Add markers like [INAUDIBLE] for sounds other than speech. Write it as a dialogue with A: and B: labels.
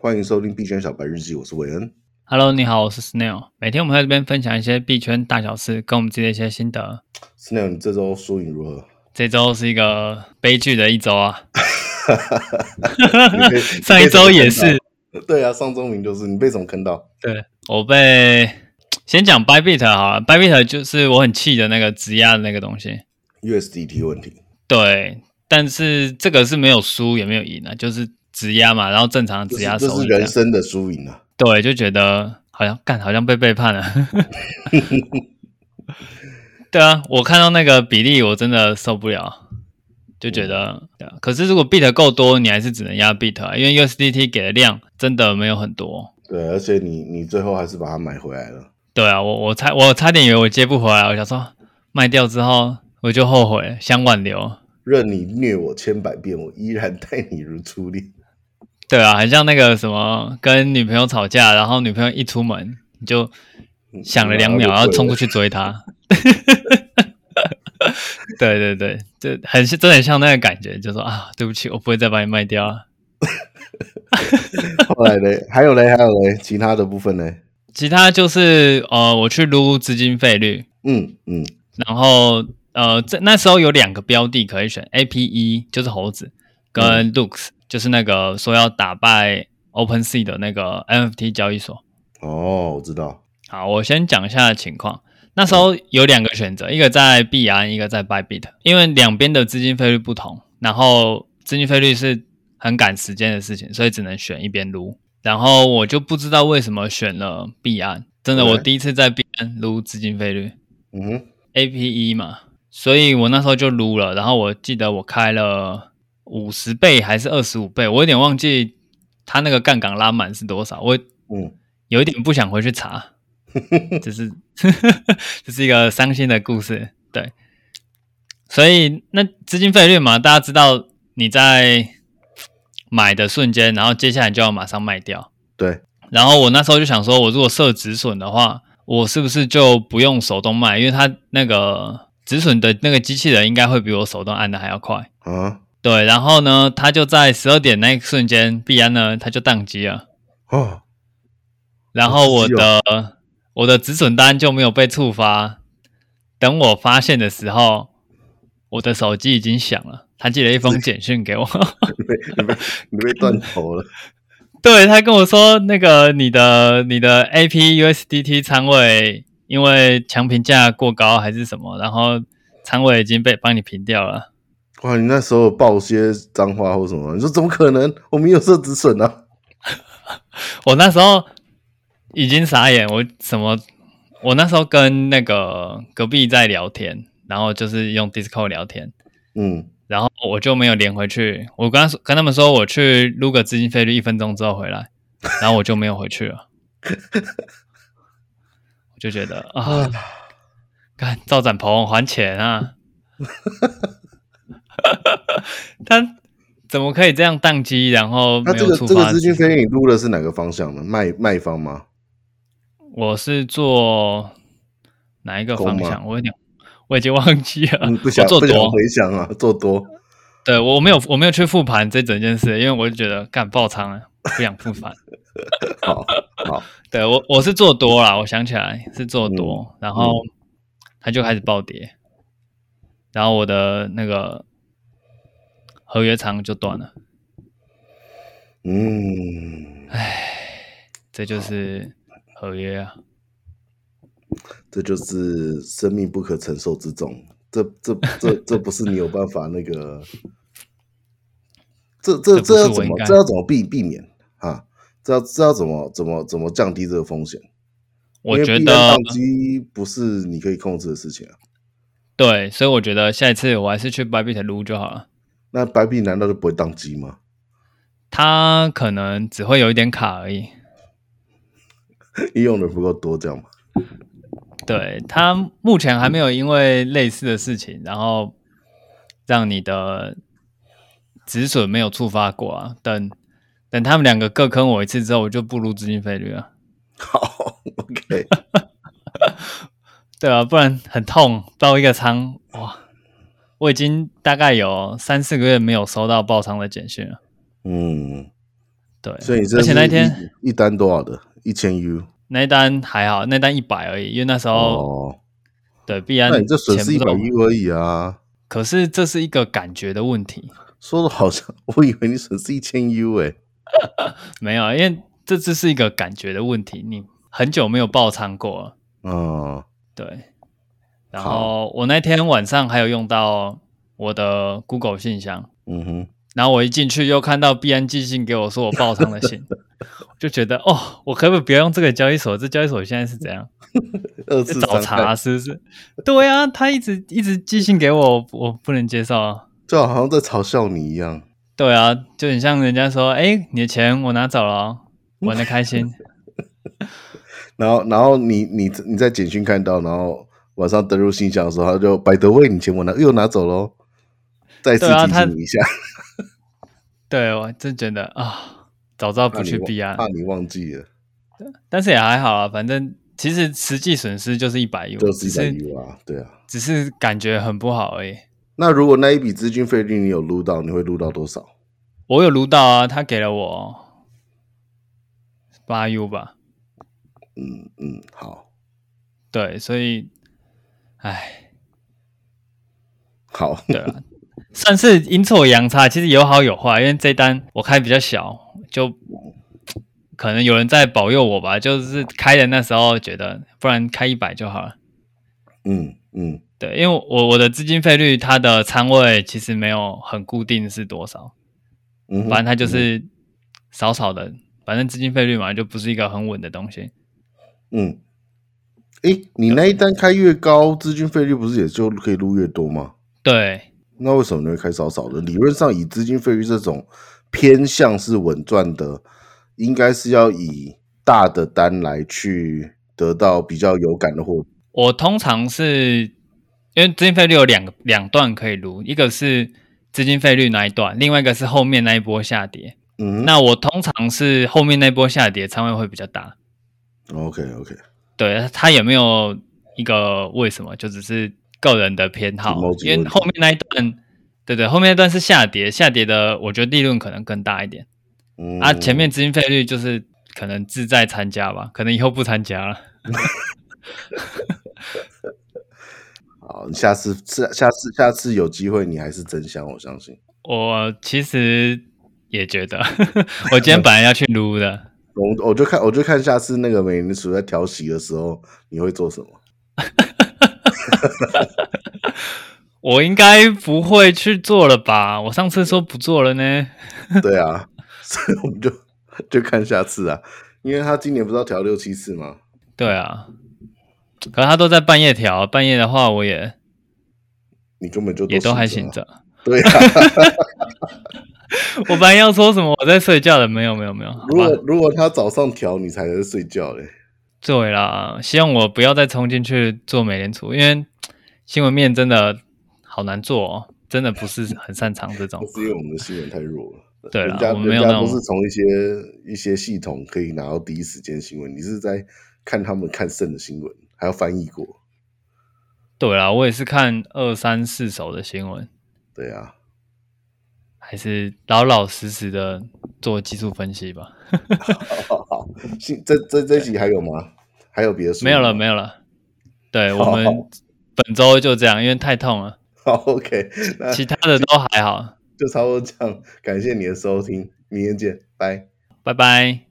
A: 欢迎收听币圈小白日记，我是韦恩。
B: Hello，你好，我是 Snail。每天我们在这边分享一些币圈大小事，跟我们自己的一些心得。
A: Snail，你这周输赢如
B: [LAUGHS]
A: 何？
B: 这周是一个悲剧的一周啊，
A: 你被
B: 上一周也是。
A: 对啊，上周明就是你被什么坑到？
B: 对我被先讲 Bybit 好了，Bybit 就是我很气的那个质押的那个东西。
A: USDT 问题，
B: 对，但是这个是没有输也没有赢啊，就是质押嘛，然后正常的
A: 这
B: 质
A: 是
B: 押
A: 这
B: 收
A: 是
B: 益这
A: 人
B: 样。
A: 生的输赢啊！
B: 对，就觉得好像干，好像被背叛了。 [LAUGHS] 对啊，我看到那个比例，我真的受不了，就觉得。对啊可是如果 bit 够多，你还是只能压 bit，啊因为 USDT 给的量真的没有很多。
A: 对，而且你你最后还是把它买回来了。
B: 对啊，我我差我差点以为我接不回来，我想说卖掉之后我就后悔，想挽留。
A: 任你虐我千百遍，我依然待你如初恋。
B: 对啊，很像那个什么跟女朋友吵架，然后女朋友一出门你就想了两秒，
A: 然
B: 然
A: 后
B: 后
A: 就
B: 冲过去追她。 [LAUGHS] 对对对，这很像真的很像那个感觉，就说啊，对不起，我不会再把你卖掉了。
A: 后来
B: [LAUGHS]
A: 嘞，还有嘞，还有嘞，其他的部分嘞，
B: 其他就是呃，我去撸资金费率，
A: 嗯嗯，
B: 然后呃，这那时候有两个标的可以选，APE 就是猴子，跟 Lux、就是那个说要打败 OpenSea 的那个 NFT 交易所。
A: 哦，我知道，
B: 好，我先讲一下情况。那时候有两个选择，一个在币安，一个在 Bybit，因为两边的资金费率不同，然后资金费率是很赶时间的事情，所以只能选一边撸。然后我就不知道为什么选了币安，真的，
A: 对
B: 我第一次在币安撸资金费率
A: 嗯哼，
B: APE 嘛，所以我那时候就撸了。然后我记得我开了五十倍还是二十五倍，我有点忘记它那个杠杆拉满是多少，我
A: 嗯，
B: 有一点不想回去查，这是 [LAUGHS] 这是一个伤心的故事，对。所以那资金费率嘛，大家知道你在买的瞬间，然后接下来就要马上卖掉。
A: 对，
B: 然后我那时候就想说，我如果设止损的话，我是不是就不用手动卖？因为它那个止损的那个机器人应该会比我手动按的还要快。
A: 啊
B: 对，然后呢，它就在十二点那一瞬间，必然呢，它就宕机了。
A: 哦， [LAUGHS]
B: 然后
A: 好
B: 我
A: 刺激
B: 的我的止损单就没有被触发。等我发现的时候，我的手机已经响了，他寄了一封简讯给我， [LAUGHS]
A: 你被你被你被断头了，
B: 对他跟我说，那个你的你的 A P U S D T 仓位因为强评价过高还是什么，然后仓位已经被帮你平掉了。
A: 哇，你那时候有爆些脏话或什么？你说怎么可能？我们有设止损啊！
B: 我那时候已经傻眼，我什么？我那时候跟那个隔壁在聊天，然后就是用 Discord 聊天，
A: 嗯，
B: 然后我就没有连回去。我刚跟他们说我去撸个资金费率一分钟之后回来，然后我就没有回去了。我就觉得啊，干赵展鹏还钱啊！他怎么可以这样宕机，然后
A: 那
B: 没
A: 这
B: 有
A: 个
B: 触
A: 这个
B: 发？
A: 资金飞你撸的是哪个方向呢？卖卖方吗？
B: 我是做哪一个方
A: 公
B: 向？我有点，我已经忘记了。
A: 你不
B: 呃我
A: 想
B: 做
A: 不想
B: 多，
A: 回想啊？做多
B: 对我没有我没有去复盘这整件事，因为我就觉得干爆仓了，不想复
A: [LAUGHS]
B: 盘。
A: 好好，
B: 对我我是做多啦，我想起来是
A: 嗯
B: 做多，然后它就开始暴跌，然后我的那个合约仓就断了，
A: 嗯，
B: 这就是合约啊。
A: 这就是生命不可承受之重。这这这这不是你有办法那个，这这
B: 这不是
A: 这要
B: 我
A: 怎
B: 应
A: 么
B: 该
A: 这要怎么避避免啊？这要这要怎么怎么怎么降低这个风险？
B: 我
A: 因为
B: 觉
A: 避免
B: 得
A: 宕机不是你可以控制的事情啊。
B: 对，所以我觉得下一次我还是去 Bybit 撸就好了。
A: 那白币难道就不会宕机吗？ [LAUGHS]
B: 它可能只会有一点卡而已。
A: 应用的不够多，这样吗？ [LAUGHS]
B: 对，它目前还没有因为类似的事情，然后让你的止损没有触发过啊。等等，他们两个各坑我一次之后，我就不如资金费率了。
A: 好，OK，
B: 对啊，不然很痛，爆一个仓哇！我已经大概有三四个月没有收到爆仓的简讯了。
A: 嗯，
B: 对，
A: 所以这
B: 而且那
A: 是
B: 天
A: 一一单多少的？一千 U
B: 那一单还好，那单一百而已，因为那时候、
A: 哦，
B: 对必安
A: 那你这损
B: 钱
A: 失
B: 不
A: 一百
B: 懂
A: U 而已啊。
B: 可是这是一个感觉的问题，
A: 说的好像我以为你损失一千 U 哎、
B: 没有，啊因为这只是一个感觉的问题，你很久没有爆仓过了，
A: 嗯，
B: 对。然
A: 好
B: 后我那天晚上还有用到我的 Google 信箱，
A: 嗯哼，
B: 然后我一进去又看到必安寄信给我说我爆仓的 [LAUGHS] 信，我就觉得哦，我可不可以不要用这个交易所？这交易所现在是怎样？
A: 二
B: 在
A: 次
B: 找
A: 伤害
B: 茬是不是？对啊，他一直一直寄信给我，我我不能接受啊。
A: 就好像在嘲笑你一样。
B: 对啊，就很像人家说：“哎、你的钱我拿走了、哦，玩的开心。
A: 然后，然后你你你在简讯看到，然后晚上登入信箱的时候，他就百德为你钱我拿又拿走喽。再次
B: 对啊
A: 提
B: 他
A: 醒你一下，
B: 对”我真觉得啊，早知道
A: 怕
B: 不
A: 你
B: 去啊
A: 忘
B: 避安，
A: 怕你忘记了，
B: 但是也还好啊，反正其实实际损失就是一百 U，
A: 就是
B: 只
A: 一百
B: 是
A: U 啊，对啊。
B: 只是感觉很不好而已。
A: 那如果那一笔资金费率你有撸到，你会撸到多少？
B: 我有撸到啊，他给了我八 U 吧，
A: 嗯嗯，好，
B: 对，所以，哎，
A: 好，[LAUGHS]
B: 对啊，算是阴错阳差，其实有好有坏，因为这单我开比较小，就可能有人在保佑我吧，就是开的那时候觉得，不然开一百就好了。
A: 嗯嗯
B: 对，因为我我的资金费率，它的仓位其实没有很固定是多少，
A: 嗯哼，
B: 反正它就是少少的，反正资金费率嘛，就不是一个很稳的东西。
A: 嗯，诶，你那一单开越高，资金费率不是也就可以撸越多吗？
B: 对，
A: 那为什么你会开少少的？理论上，以资金费率这种偏向是稳赚的，应该是要以大的单来去得到比较有感的获利。
B: 我通常是因为资金费率有两个两段可以撸，一个是资金费率那一段，另外一个是后面那一波下跌。
A: 嗯
B: 那我通常是后面那波下跌仓位会比较大，
A: ，OK OK，
B: 对它也没有一个为什么，就只是个人的偏好
A: Emoji，
B: 因为后面那一段，对对，后面那段是下跌，下跌的我觉得利润可能更大一点、
A: 嗯
B: 啊，前面资金费率就是可能志在参加吧，可能以后不参加了。
A: 好，你下次下下次下次有机会，你还是真香，我相信。
B: 我其实也觉得， [LAUGHS] 我今天本来要去撸的，
A: 我我就看我就看下次那个美联储在调息的时候，你会做什么？
B: 我应该不会去做了吧？我上次说不做了呢。
A: 对啊， [LAUGHS] 所以我们就就看下次啊，因为他今年不是要调六七次吗？
B: 对啊，可是他都在半夜调，半夜的话我也
A: 你根本就
B: 也都还
A: 醒
B: 醒
A: 啊。
B: 着。
A: 对
B: [LAUGHS]
A: 啊。
B: 我本来要说什么我在睡觉的，没有没有没有，好
A: 如
B: 吧
A: 果，如果他早上调你才能睡觉嘞，
B: 对啦，希望我不要再冲进去做美联储，因为新闻面真的好难做、哦，真的不是很擅长
A: [LAUGHS]
B: 这种
A: 那。是因为我们的新闻太弱了。
B: 对
A: 人
B: 啦
A: 家
B: 我们没有
A: 人家
B: 那
A: 都
B: 种
A: 是从一些一些系统可以拿到第一时间新闻，你是在看他们看剩的新闻，还要翻译过。
B: 对啦，我也是看二三四手的新闻。
A: 对啊，
B: 还是老老实实的做技术分析吧。
A: 好好好，新这这这集还有吗？还有别的书？
B: 没有了，没有了。
A: [LAUGHS]
B: 对我
A: 好
B: 们本周就这样，因为太痛了，
A: 好，OK，那
B: 其他的都还好。
A: 就差不多这样。感谢你的收听，明天见，拜。
B: 拜拜。